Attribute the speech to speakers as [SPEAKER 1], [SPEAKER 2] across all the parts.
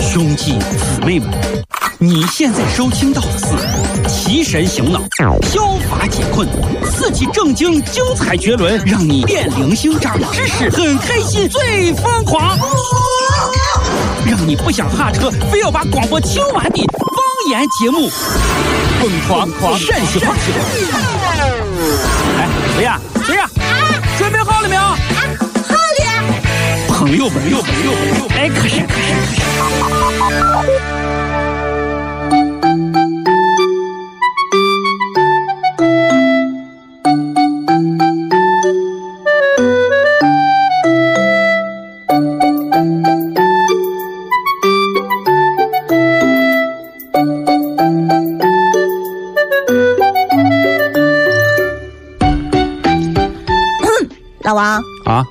[SPEAKER 1] 兄弟姊妹们，你现在收听到的是《提神醒脑、消乏解困、刺激正经、精彩绝伦》，让你变零星长知识，很开心，最疯狂，让你不想下车，非要把广播听完的方言节目，疯狂狂陕西话。哎，谁呀？谁呀？准备好了没有？朋友们，友们，友们，友们，哎，可是可是可是。
[SPEAKER 2] 老王，
[SPEAKER 3] 啊，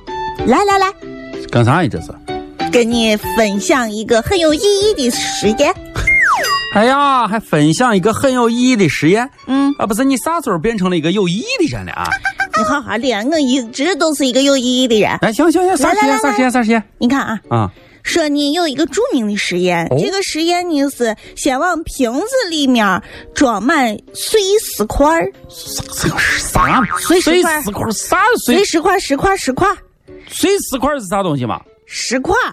[SPEAKER 2] 来来来，
[SPEAKER 3] 干啥呀？这是？
[SPEAKER 2] 跟你分享一个很有意义的实
[SPEAKER 3] 啊
[SPEAKER 2] 验。
[SPEAKER 3] 哎呀，还分享一个很有意义的实验。
[SPEAKER 2] 嗯，
[SPEAKER 3] 啊，不是你啥时候变成了一个有意义的人了啊？
[SPEAKER 2] 你好好练，我一直都是一个有意义的人。
[SPEAKER 3] 哎，行行行，啥实验？啥实验？啥实验？
[SPEAKER 2] 你看啊，
[SPEAKER 3] 啊，
[SPEAKER 2] 说你有一个著名的实验，
[SPEAKER 3] 哦
[SPEAKER 2] 这个实验呢是先往瓶子里面装满碎石块儿，
[SPEAKER 3] 啥？
[SPEAKER 2] 碎石块儿
[SPEAKER 3] 石块儿啥？
[SPEAKER 2] 碎
[SPEAKER 3] 碎
[SPEAKER 2] 石块儿，石块儿，石块儿，
[SPEAKER 3] 碎石块儿是啥东西嘛？
[SPEAKER 2] 石块儿，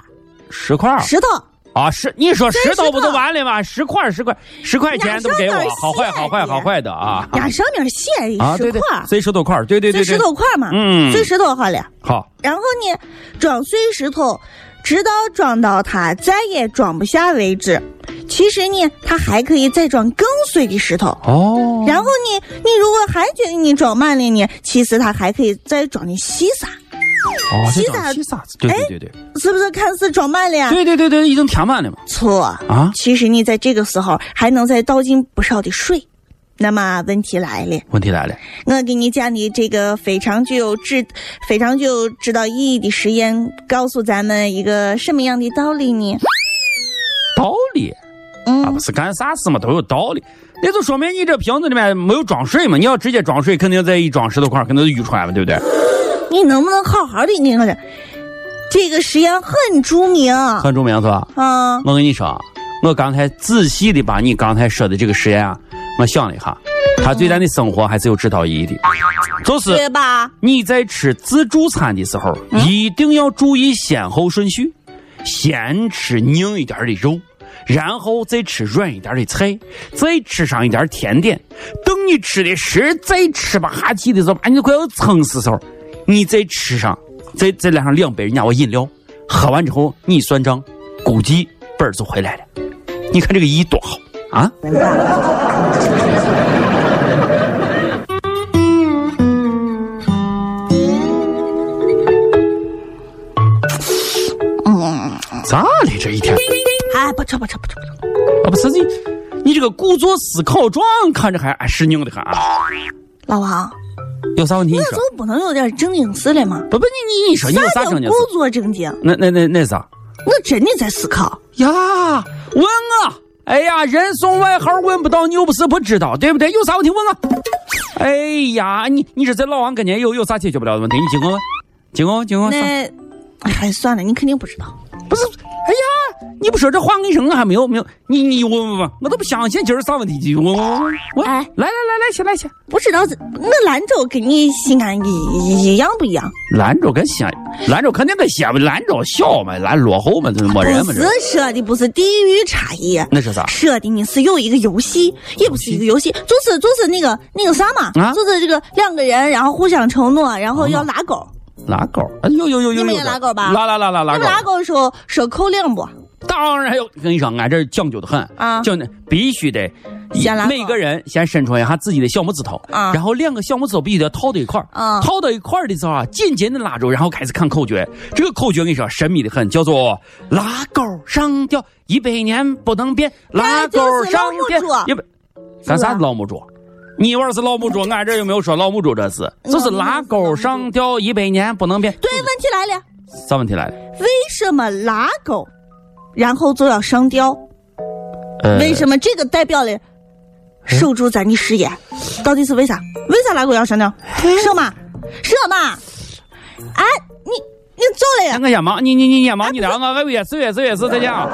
[SPEAKER 3] 石块儿
[SPEAKER 2] 石头。
[SPEAKER 3] 啊，石，你说
[SPEAKER 2] 石
[SPEAKER 3] 石头不
[SPEAKER 2] 头
[SPEAKER 3] 就完了吗？十块，十块，十块钱都不给我
[SPEAKER 2] 哪上哪儿，
[SPEAKER 3] 好坏，
[SPEAKER 2] 写
[SPEAKER 3] 好坏，
[SPEAKER 2] 呀
[SPEAKER 3] 好坏的啊！
[SPEAKER 2] 呀，上面写的
[SPEAKER 3] 啊，
[SPEAKER 2] 石
[SPEAKER 3] 对对
[SPEAKER 2] 块儿，，
[SPEAKER 3] 碎石头块儿，对对
[SPEAKER 2] 碎
[SPEAKER 3] 对
[SPEAKER 2] 石
[SPEAKER 3] 对，
[SPEAKER 2] 头块儿嘛，
[SPEAKER 3] 嗯
[SPEAKER 2] 碎石头好了。
[SPEAKER 3] 好，
[SPEAKER 2] 然后呢，装碎石头，直到装到它再也装不下为止。其实呢，它还可以再装更碎的石头。
[SPEAKER 3] 哦，
[SPEAKER 2] 然后呢，你如果还觉得你装满了呢，其实它还可以再装的细沙，
[SPEAKER 3] 哦，这
[SPEAKER 2] 西
[SPEAKER 3] 种
[SPEAKER 2] 撒
[SPEAKER 3] 西撒子，对对对对，
[SPEAKER 2] 是不是看似装满了呀？
[SPEAKER 3] 对对对对，已经填满了嘛？
[SPEAKER 2] 错
[SPEAKER 3] 啊
[SPEAKER 2] 其实你在这个时候还能再倒进不少的水。那么问题来了，
[SPEAKER 3] 问题来了，
[SPEAKER 2] 我给你讲的这个非常具有指、非常具有指导意义的实验，告诉咱们一个什么样的道理呢？
[SPEAKER 3] 道理。
[SPEAKER 2] 嗯
[SPEAKER 3] 啊，不是干啥事嘛都有道理。那就说明你这瓶子里面没有装水嘛，你要直接装水，肯定再一装石头块儿，肯定就溢出来嘛，对不对？
[SPEAKER 2] 你能不能好好的那个的？这个实验很著名啊，
[SPEAKER 3] 很著名是吧？
[SPEAKER 2] 嗯
[SPEAKER 3] 我跟你说啊，我刚才仔细的把你刚才说的这个实验啊，我想了一下，它对咱的生活还是有指导意义的。就是
[SPEAKER 2] 对吧？
[SPEAKER 3] 你在吃自助餐的时候，一定要注意先后顺序，先吃硬一点的肉，然后再吃软一点的菜，再吃上一点甜点。等你吃的实在吃不下去的时候，哎把你快要撑死的时候，你再吃上，再再来上两杯人家我饮料，喝完之后你算账，估计本儿就回来了。你看这个意义多好啊！咋了这一天？
[SPEAKER 2] 哎，不错不错不错不错，
[SPEAKER 3] 啊不是你，你这个故作思考状看着还还是硬的很啊！
[SPEAKER 2] 老王，
[SPEAKER 3] 有啥问题你
[SPEAKER 2] 那
[SPEAKER 3] 说？
[SPEAKER 2] 总不能有点正经事了吗？
[SPEAKER 3] 不不，你你你说你有啥
[SPEAKER 2] 叫
[SPEAKER 3] 正经事？
[SPEAKER 2] 故作正经？
[SPEAKER 3] 那那那那啥
[SPEAKER 2] 我真的在思考，
[SPEAKER 3] 呀？问我！哎呀，人送外号问不到，你又不是不知道，对不对？有啥问题问我！哎呀，你你这在老王跟前有有啥解决不了的问题？你尽管问，尽管问，尽管问。
[SPEAKER 2] 那哎算了，你肯定不知道。
[SPEAKER 3] 不是，哎呀，你不说这话，我跟你说，我还没有没有，你你问问问，我都不相信今儿啥问题，你问问问问问。
[SPEAKER 2] 哎
[SPEAKER 3] 来来来来，先来先。
[SPEAKER 2] 不知道我兰州跟你西安一一样不一样？
[SPEAKER 3] 兰州跟西安，兰州肯定跟西安，兰州小嘛，兰落后嘛，这没
[SPEAKER 2] 不
[SPEAKER 3] 人嘛，这
[SPEAKER 2] 是说的不是地域差异，
[SPEAKER 3] 那是啥？
[SPEAKER 2] 说的呢是有一个游戏，也不是一个游戏，就是就是那个那个啥嘛，
[SPEAKER 3] 哦啊哦
[SPEAKER 2] 就是这个两个人然后互相承诺，然后要拉钩。
[SPEAKER 3] 拉钩？啊，有有有有
[SPEAKER 2] 你
[SPEAKER 3] 有
[SPEAKER 2] 们
[SPEAKER 3] 的，
[SPEAKER 2] 也拉钩吧
[SPEAKER 3] 拉拉拉拉拉
[SPEAKER 2] 那
[SPEAKER 3] 钩。
[SPEAKER 2] 拉钩时候说扣令不？
[SPEAKER 3] 当然有，跟你说，俺这儿讲究的很
[SPEAKER 2] 啊
[SPEAKER 3] 就那必须得
[SPEAKER 2] 先拉钩
[SPEAKER 3] 每个人先伸出一下自己的小拇指头，
[SPEAKER 2] 啊
[SPEAKER 3] 然后两个小拇指头必须得套到一块儿，
[SPEAKER 2] 啊
[SPEAKER 3] 套到一块儿的时候啊，紧紧的拉住，然后开始看口诀。这个口诀跟你说神秘的很，叫做拉钩上吊，一百年不能变，拉钩上吊
[SPEAKER 2] 那就是老母猪
[SPEAKER 3] 一百，干啥老母猪？你玩是老母猪，俺这又没有说老母猪这是，就是拉钩上吊一百年不能变。
[SPEAKER 2] 对，问题来了，
[SPEAKER 3] 啥问题来了？
[SPEAKER 2] 为什么拉钩，然后就要上吊？
[SPEAKER 3] 呃
[SPEAKER 2] 为什么这个代
[SPEAKER 3] 嗯
[SPEAKER 2] 表了守住咱的誓言？到底是为啥？为啥拉钩要上吊？
[SPEAKER 3] 嗯
[SPEAKER 2] 什么？什么？哎，你你走了呀？
[SPEAKER 3] 我也忙，你你你也忙你的，我我也是也是也是，再见啊！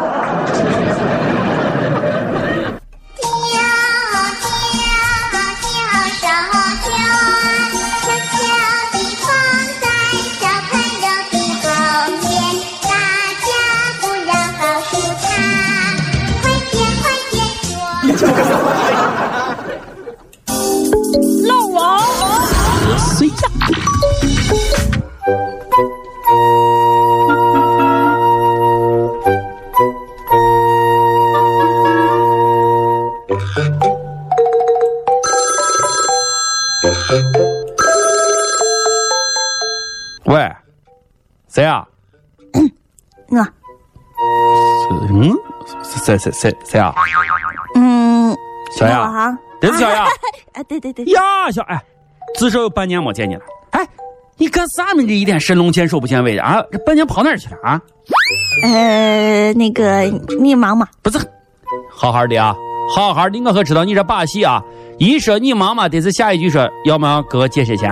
[SPEAKER 3] 喂，谁啊？
[SPEAKER 2] 我，
[SPEAKER 3] 嗯，谁谁谁谁啊？
[SPEAKER 2] 嗯，
[SPEAKER 3] 小
[SPEAKER 2] 我
[SPEAKER 3] 雅，
[SPEAKER 2] 哈，
[SPEAKER 3] 这是小 雅
[SPEAKER 2] 啊，对对对，
[SPEAKER 3] 呀，小哎，至少有半年没见你了。哎，你干啥呢？你这一天神龙见首不见尾的啊？这半年跑哪儿去了啊？
[SPEAKER 2] 呃，那个你忙吗？
[SPEAKER 3] 不是，好好的啊，好好的，我可知道你这把戏啊！一说你妈妈，得是下一句说，要么给我借些钱，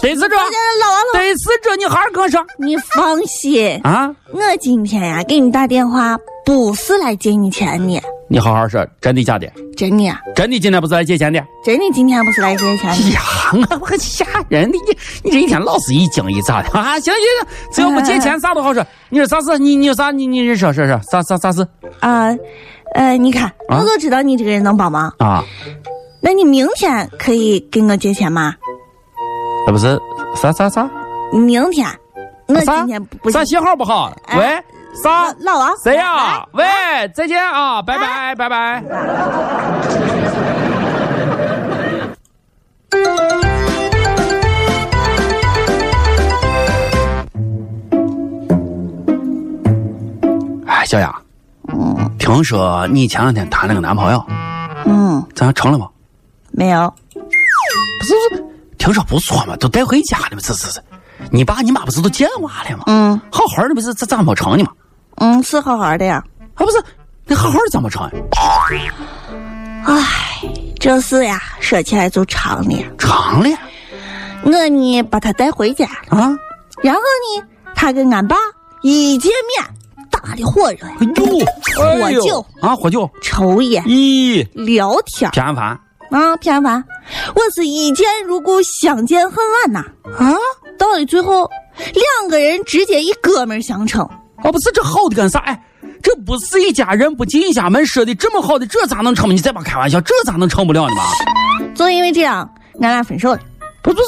[SPEAKER 3] 得是这，
[SPEAKER 2] 老王老王，
[SPEAKER 3] 得是这，你好好跟我说
[SPEAKER 2] 你放心，
[SPEAKER 3] 啊！
[SPEAKER 2] 我今天呀、给你打电话不是来借你钱的，
[SPEAKER 3] 你好好说，真的假的？
[SPEAKER 2] 真的啊，
[SPEAKER 3] 真的今天不是来借钱的？
[SPEAKER 2] 真的今天不是来借钱的。
[SPEAKER 3] 呀，
[SPEAKER 2] 啊
[SPEAKER 3] 我我吓人的，你你这一天老是一惊一乍的啊！行行行，只要不借
[SPEAKER 2] 嗯
[SPEAKER 3] 钱，啥都好说。你说啥事？你你有啥？你你说说说啥啥啥事
[SPEAKER 2] 啊、呃，你看，
[SPEAKER 3] 啊
[SPEAKER 2] 我就知道你这个人能帮忙。
[SPEAKER 3] 啊？
[SPEAKER 2] 那你明天可以给我借钱吗？
[SPEAKER 3] 啊那不是啥啥啥
[SPEAKER 2] 明天，我
[SPEAKER 3] 啥
[SPEAKER 2] 今天不不
[SPEAKER 3] 啥
[SPEAKER 2] 行。
[SPEAKER 3] 信号不好？
[SPEAKER 2] 哎
[SPEAKER 3] 喂，啥
[SPEAKER 2] 老？老王，
[SPEAKER 3] 谁呀、喂，再见啊，拜拜，拜拜。哎，小雅，听说你前两天谈了个男朋友，
[SPEAKER 2] 嗯，
[SPEAKER 3] 咱成了吗？
[SPEAKER 2] 没有，
[SPEAKER 3] 不是，不是听说不错嘛，都带回家了嘛，这这这，你爸你妈不是都见娃了吗？
[SPEAKER 2] 嗯
[SPEAKER 3] 好好的不是，这咋没成呢嘛？
[SPEAKER 2] 嗯，是好好的呀。
[SPEAKER 3] 啊，不是，那好好的咋没成呀？
[SPEAKER 2] 这事呀，说起来就长了。
[SPEAKER 3] 成了呀
[SPEAKER 2] 我呢，把他带回家，
[SPEAKER 3] 啊！
[SPEAKER 2] 然后呢，他跟俺爸一见面，打的火热，
[SPEAKER 3] 哎呦，哎呦
[SPEAKER 2] 火酒
[SPEAKER 3] 啊，火酒，
[SPEAKER 2] 抽烟
[SPEAKER 3] 咦，
[SPEAKER 2] 聊天儿
[SPEAKER 3] 偏烦
[SPEAKER 2] 哎啊，偏烦。我是一见如故，相见恨晚呐。
[SPEAKER 3] 啊！
[SPEAKER 2] 到了最后，两个人直接一哥们儿相称。
[SPEAKER 3] 啊，不是这好的干啥？哎，这不是一家人不进一家门说的这么好的，这咋能成嘛？你再别开玩笑，这咋能成不了呢嘛？
[SPEAKER 2] 就因为这样，俺俩分手了。
[SPEAKER 3] 不不是，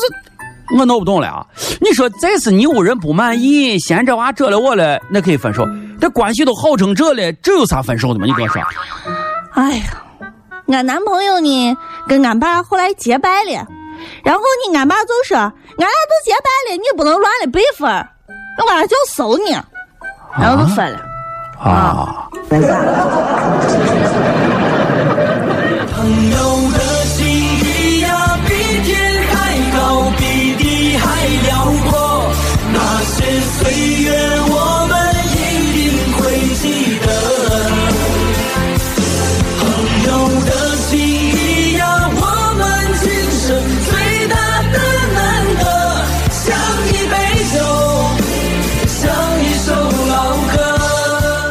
[SPEAKER 3] 我闹不动了啊！你说再是你屋人不满意，嫌这娃折了我了，那可以分手。这关系都好成这了，这有啥分手的嘛？你跟我说，
[SPEAKER 2] 哎呀，俺男朋友呢跟俺爸后来结拜了，然后呢俺爸就说俺俩都结拜了，你不能乱了辈分儿，我俩就收你，然后就分了。
[SPEAKER 3] 啊，
[SPEAKER 4] 朋友的情谊呀，比天还高，比地还辽阔。那些岁月，我们一定会记得。朋友的情谊呀，我们今生最大的难得，像一杯酒，像一首老歌。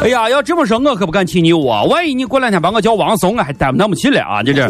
[SPEAKER 3] 哎呀，要这么说，我可不敢去你屋啊！万一你过两天把我叫王怂，我还担担不起了啊！这这。